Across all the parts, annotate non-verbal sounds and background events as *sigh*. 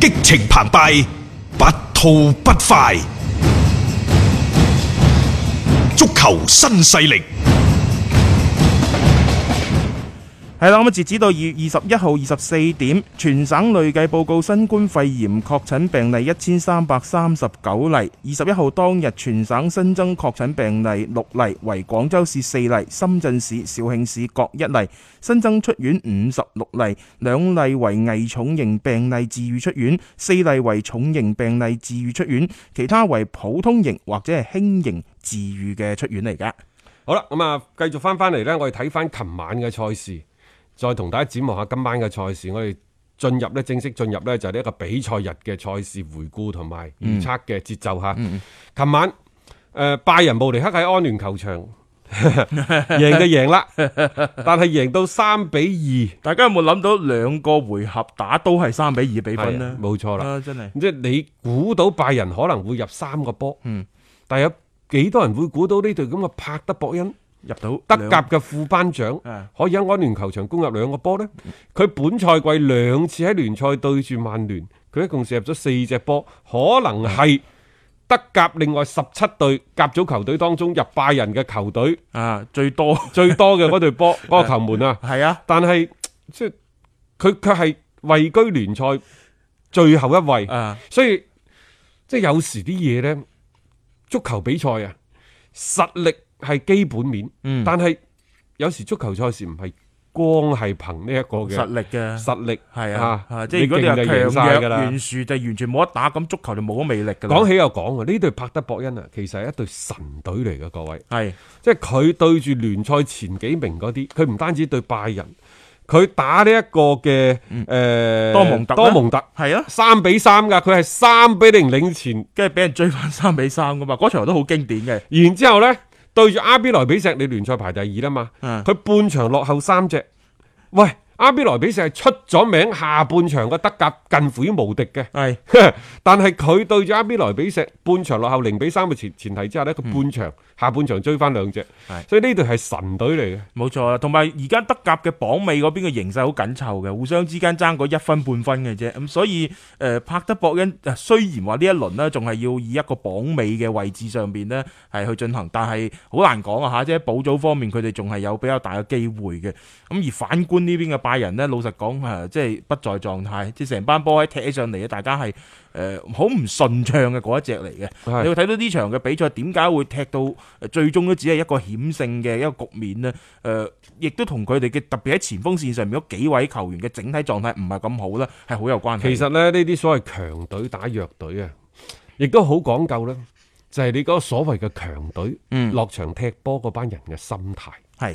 激情澎湃，不吐不快。足球新勢力，係啦，咁啊截止到二月二十一號二十四點，全省累計報告新冠肺炎確診病例一千三百三十九例。二十一號當日全省新增確診病例六例，為廣州市四例、深圳市、肇慶市各一例。新增出院五十六例，兩例為危重型病例治愈出院，四例為重型病例治愈出院，其他為普通型或者係輕型治愈嘅出院嚟㗎。好啦，咁啊，繼續翻翻嚟呢，我哋睇翻琴晚嘅賽事，再同大家展望下今晚嘅賽事。我哋進入呢，正式進入呢，就係呢一個比賽日嘅賽事回顧同埋預測嘅節奏嚇。琴、晚誒、呃拜仁慕尼黑喺安聯球 *laughs* 場贏就贏啦，但係贏到三比二。大家有冇諗到兩個回合打都係三比二比分係啊呢？冇錯啦啊，真係即係你估到拜仁可能會入三個波，嗯，但係有幾多人會估到呢隊咁嘅帕德博恩入到德甲嘅副班長啊可以喺安聯球場攻入兩個波呢？佢本賽季兩次喺聯賽對住曼聯，佢一共射入咗四隻波，可能係德甲另外十七隊甲組球隊當中入拜仁嘅球隊 *laughs* 兩啊最多最多嘅嗰隊波嗰個球門啊！係啊，但係即係佢卻係位居聯賽最後一位。啊所以即係有時啲嘢呢，足球比賽啊，實力係基本面，嗯但係有時足球賽事唔係光係憑呢一個嘅實力嘅實力係啊，啊即係你如果你話勁就贏強晒弱㗎啦懸。殊就完全冇得打，咁足球就冇咗魅力㗎啦。講起又講喎，呢隊帕德博恩啊，其實係一隊神隊嚟嘅，各位，係即係佢對住聯賽前幾名嗰啲，佢唔單止對拜仁，佢打呢一個嘅誒、嗯呃多蒙特啦多蒙特係啊，三比三㗎，佢係三比零領前。跟住俾人追翻三比三㗎嘛，嗰場都好經典嘅。然之後呢，對住阿比萊比錫，你聯賽排第二啦嘛，嗯佢半場落後三隻，喂，阿比萊比錫係出咗名，下半場個德甲近乎於無敵嘅。 *laughs* 係但係佢對住阿比萊比錫半場落後零比三嘅前前提之下呢，佢半場、嗯下半場追翻兩隻係，所以呢隊係神隊嚟嘅。冇錯啊啦，同埋而家德甲嘅榜尾嗰邊嘅形勢好緊湊嘅，互相之間爭嗰一分半分嘅啫。咁所以誒、呃帕德博恩呃雖然話呢一輪呢仲係要以一個榜尾嘅位置上邊呢係去進行，但係好難講啊嚇，即係保組方面佢哋仲係有比較大嘅機會嘅。咁而反觀呢邊嘅拜仁呢，老實講誒、呃即係不在狀態，即係成班波喺踢起上嚟咧，大家係誒好唔順暢嘅嗰一隻嚟嘅。係你會睇到呢場嘅比賽點解會踢到呃最終都只係一個險勝嘅一個局面呢？誒、呃亦都同佢哋嘅特別喺前鋒線上面嗰幾位球員嘅整體狀態唔係咁好啦，係好有關係。其實咧，呢啲所謂強隊打弱隊啊，亦都好講究呢，就係、你嗰個所謂嘅強隊、嗯落場踢波嗰班人嘅心態。係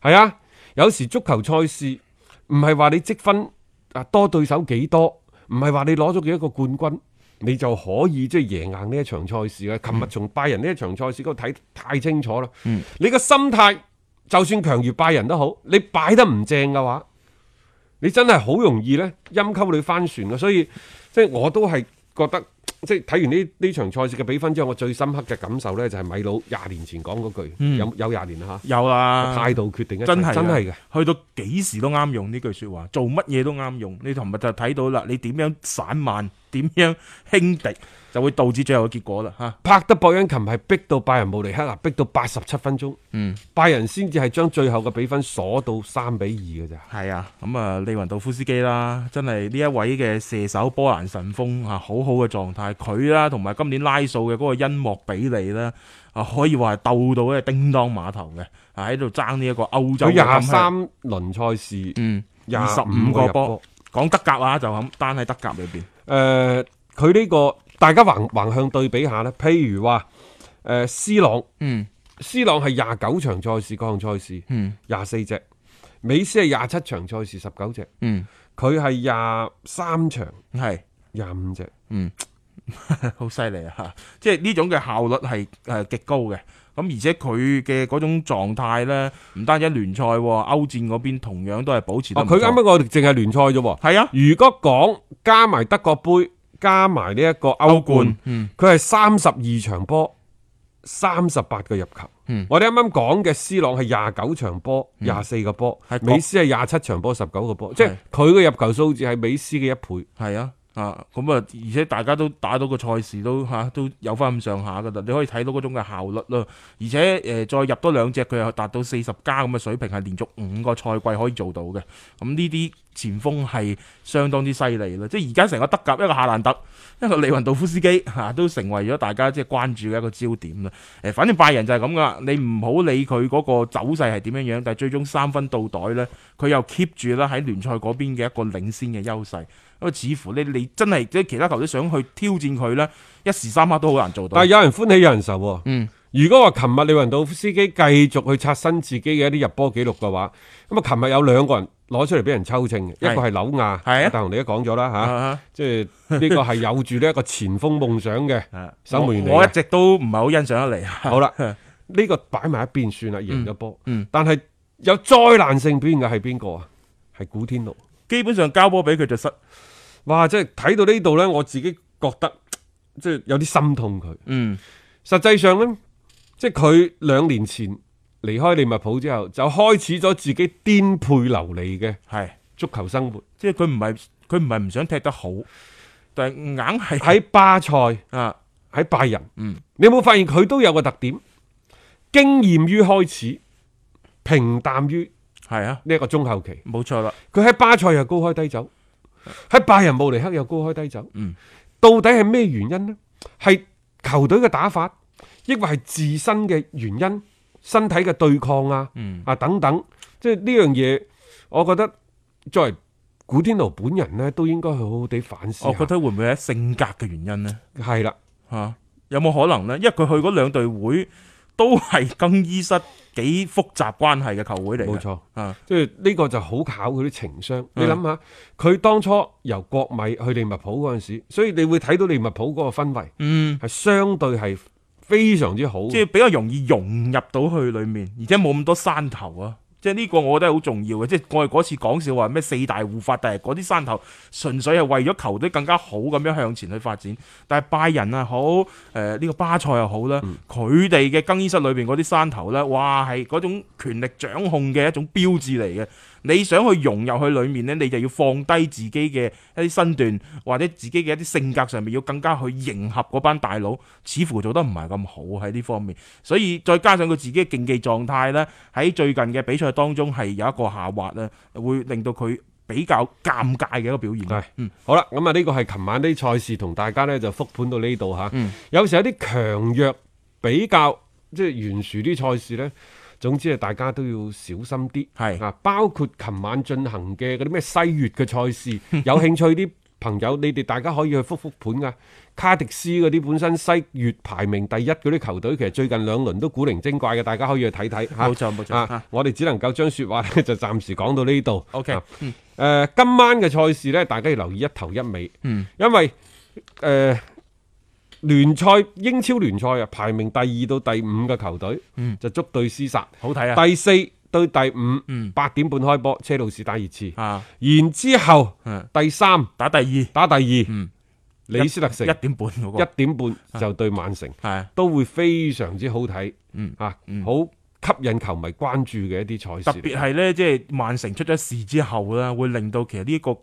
係啊，有時足球賽事唔係話你積分啊多對手幾多，唔係話你攞咗幾多個冠軍，你就可以即係贏硬呢一場賽事嘅。琴日從拜仁呢一場賽事嗰度睇太清楚啦。嗯你個心態就算強如拜仁都好，你擺得唔正嘅話，你真係好容易呢陰溝裏翻船嘅。所以即係我都係覺得。即係睇完呢呢場賽事嘅比分之後，我最深刻嘅感受呢，就係米老廿年前講嗰句，嗯有有廿年啦嚇，有啦，態度決定一切，啊真係㗎真係嘅。去到幾時都啱用呢句説話，做乜嘢都啱用。你琴日就睇到啦，你點樣散漫，點樣輕敵，就會導致最後嘅結果啦嚇。帕德博恩琴係逼到拜仁慕尼黑啊，逼到八十七分鐘，嗯，拜仁先至係將最後嘅比分鎖到三比二嘅咋。係啊，咁啊，利雲道夫斯基啦，真係呢一位嘅射手波蘭神鋒啊，好好嘅狀態。佢啦，同埋今年拉素嘅嗰個恩莫比利啦，啊，可以話係鬥到咧叮當碼頭嘅，啊喺度爭呢一個歐洲佢嘅廿金靴三輪賽事嗯廿二十五五個個入波波，，講德甲啊就咁，單喺德甲裏邊，誒呃佢呢個大家橫橫向對比下呢，譬如話誒、呃 C 朗嗯，C 朗係廿九場賽事各項賽事嗯廿四隻，美斯係廿七場賽事十九隻，嗯，佢係廿三場係。 *laughs* 廿五隻。好犀利啊！嚇即係呢種嘅效率係誒極高嘅。咁而且佢嘅嗰種狀態咧，唔單止喺聯賽喎，歐戰嗰邊同樣都係保持得哦，唔佢錯啱啱我哋淨係聯賽啫喎。係啊，如果講加埋德國杯，加埋呢一個歐冠，嗯佢係三十二場波，三十八個入球。嗯我哋啱啱講嘅 C 朗係廿九場波，廿四個波係，美斯係廿七場波，十九個波，即係係佢嘅入球數字係美斯嘅一倍。係啊，啊，咁啊，而且大家都打到個賽事都嚇、啊都有翻咁上下噶啦，你可以睇到嗰種嘅效率咯。而且誒、呃再入多兩隻，佢又達到四十加咁嘅水平，係連續五個賽季可以做到嘅。咁呢啲前鋒係相當之犀利啦。即係而家成個德甲，一個夏蘭特，一個利雲道夫斯基嚇、啊都成為咗大家即係關注嘅一個焦點啦。誒、反正拜仁就係咁噶啦，你唔好理佢嗰個走勢係點樣樣，但係最終三分到袋呢，佢又 keep 住啦喺聯賽嗰邊嘅一個領先嘅優勢。因為似乎你你真係即係其他球隊想去挑戰佢呢，一時三刻都好難做到但係。有人歡喜有人愁喎。嗯，如果話琴日利雲道夫斯基繼續去刷新自己嘅一啲入波記錄嘅話，咁啊，琴日有兩個人攞出嚟俾人抽秤嘅，係一個係紐亞，係啊大雄你都講咗啦啊吓，啊即係呢個係有住呢一個前鋒夢想嘅。 *laughs* 啊守門員嚟嘅我我一直都唔係好欣賞得嚟。*laughs* 好啦，呢個擺埋一邊算啦，贏咗波嗯嗯。但係有災難性表現嘅係邊個啊？係古天樂。基本上交波俾佢就失。哇！即係睇到呢度呢，我自己覺得即係有啲心痛佢。嗯實際上呢，即係佢兩年前離開利物浦之後，就開始咗自己顛沛流離嘅係，足球生活。即係佢唔係佢唔係唔想踢得好，但係硬係喺巴塞，啊喺拜仁，嗯你有冇發現佢都有個特點？經驗於開始，平淡於係啊，呢一個中後期。冇錯啦。佢喺巴塞又高開低走，喺拜仁慕尼黑又高開低走。嗯到底係咩原因呢？係球隊嘅打法，抑或係自身嘅原因、身體嘅對抗啊、嗯啊等等，即係呢樣嘢，我覺得作為古天奴本人呢，都應該去好好地反思我下覺。得會唔會係性格嘅原因呢？係啦，嚇、有冇可能呢？因為佢去嗰兩隊會都係更衣室幾複雜關係嘅球會嚟嘅。冇錯。啊，即係呢個就好考佢啲情商。你嗯諗下，佢當初由國米去利物浦嗰陣時，所以你會睇到利物浦嗰個氛圍嗯。係相對係非常之好嘅。即係比較容易融入到去裡面，而且冇咁多山頭啊！即係呢個我覺得係好重要嘅，即係我哋嗰次講笑話咩四大護法，但係嗰啲山頭純粹係為咗球隊更加好咁樣向前去發展。但係拜仁啊好，誒、呢、個巴塞又好啦，佢哋嘅更衣室裏邊嗰啲山頭咧，哇係嗰種權力掌控嘅一種標誌嚟嘅。你想去融入去裡面呢，你就要放低自己嘅一啲身段，或者自己嘅一啲性格上面，要更加去迎合嗰班大佬，似乎做得唔係咁好喺呢方面。所以再加上佢自己嘅競技狀態呢，喺最近嘅比賽當中係有一個下滑啦，會令到佢比較尷尬嘅一個表現。係嗯，好啦，咁啊呢個係琴晚啲賽事同大家呢就復盤到呢度吓。嗯有時有啲強弱比較即係懸殊啲賽事呢，總之係大家都要小心啲。係啊，包括琴晚進行嘅嗰啲咩西乙嘅賽事，嗯有興趣啲朋友，你哋大家可以去復復盤噶。卡迪斯嗰啲本身西乙排名第一嗰啲球隊，其實最近兩輪都古靈精怪嘅，大家可以去睇睇嚇。冇錯冇錯啊嚇！我哋只能夠將説話呢 *laughs* 就暫時講到呢度。 OK，嗯啊誒、今晚嘅賽事呢，大家要留意一頭一尾，嗯因為誒、呃、聯賽英超聯賽啊，排名第二到第五嘅球隊、嗯就捉對廝殺，好睇啊！第四對第五，嗯八點半開波，車路士打熱刺，啊，然之後嗯第三打第二一打第二，嗯李斯特城點半嗰、個一點半就對曼城，係啊都會非常之好睇，嗯啊，好吸引球迷關注嘅一啲賽特事嚟。別係呢，即係曼城出咗事之後啦，會令到其實呢個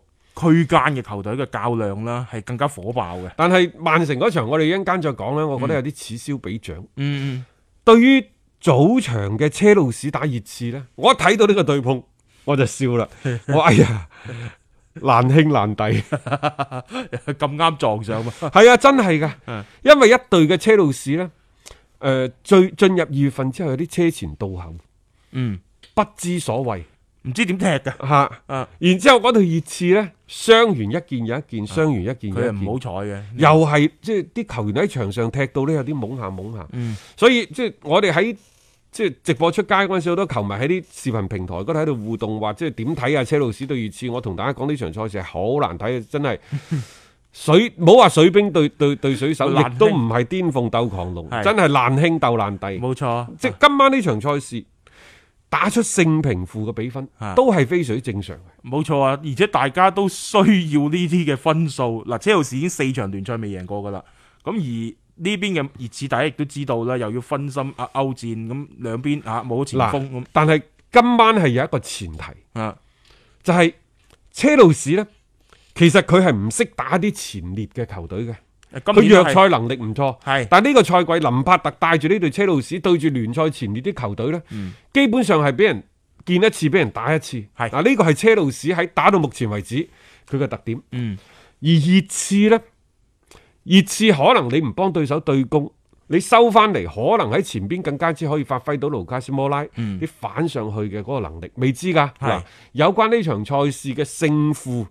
區間嘅球隊嘅較量啦，係更加火爆嘅。但係曼城嗰場，我哋一陣間再講啦。我覺得有啲此消彼長。嗯，對於早場嘅車路士打熱刺呢，我一睇到呢個對碰，我就笑 *laughs* 啦。我哎呀，難兄難弟， *laughs* 咁啱撞上嘛。係啊，真係 *laughs* 嗯噶。因為一隊嘅車路士呢，誒、最進入二月份之後有啲車前到後，嗯，不知所謂唔知點踢嘅。嚇。啊，然之後嗰隊熱刺呢，傷完一件又一件，傷完一件又佢係一件唔。好彩嘅。又係即係啲球員喺場上踢到呢，有啲懵下懵下，嗯所以即係我哋喺即係直播出街嗰陣時，好多球迷喺啲視頻平台嗰度喺度互動，話即係點睇啊車路士對熱刺。我同大家講呢場賽事係好難睇嘅，啊 *laughs* 真係水唔好話水兵對對對水手，難兄亦都唔係巔峰鬥狂龍，係真係難兄鬥難弟。冇錯，即係今晚呢場賽事打出勝平負嘅比分啊，都係非常之正常嘅。冇錯啊！而且大家都需要呢啲嘅分數。嗱，車路士已經四場聯賽未贏過噶啦。咁而呢邊嘅熱刺大家亦都知道啦，又要分心啊歐戰咁兩邊啊冇前鋒咁但係今晚係有一個前提。啊，就係車路士呢，其實佢係唔識打啲前列嘅球隊嘅。今佢年都弱係賽能力唔錯，啊係但係呢個賽季林柏特帶住呢隊車路士對住聯賽前列啲球隊呢，基本上係俾人見一次俾人打一次。嗯係嗱，呢個係車路士喺打到目前為止佢嘅特點。嗯，而熱刺呢，熱刺可能你唔幫對手對攻。你收翻嚟，可能喺前邊更加之可以發揮到盧卡斯摩拉啲、反上去嘅嗰個能力，未知㗎。嗯係嗱，有關呢場賽事嘅勝負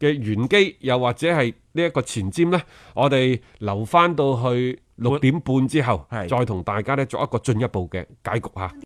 嘅玄機，又或者係呢一個前瞻呢，我哋留翻到去六點半之後，係再同大家呢作一個進一步嘅解局嚇。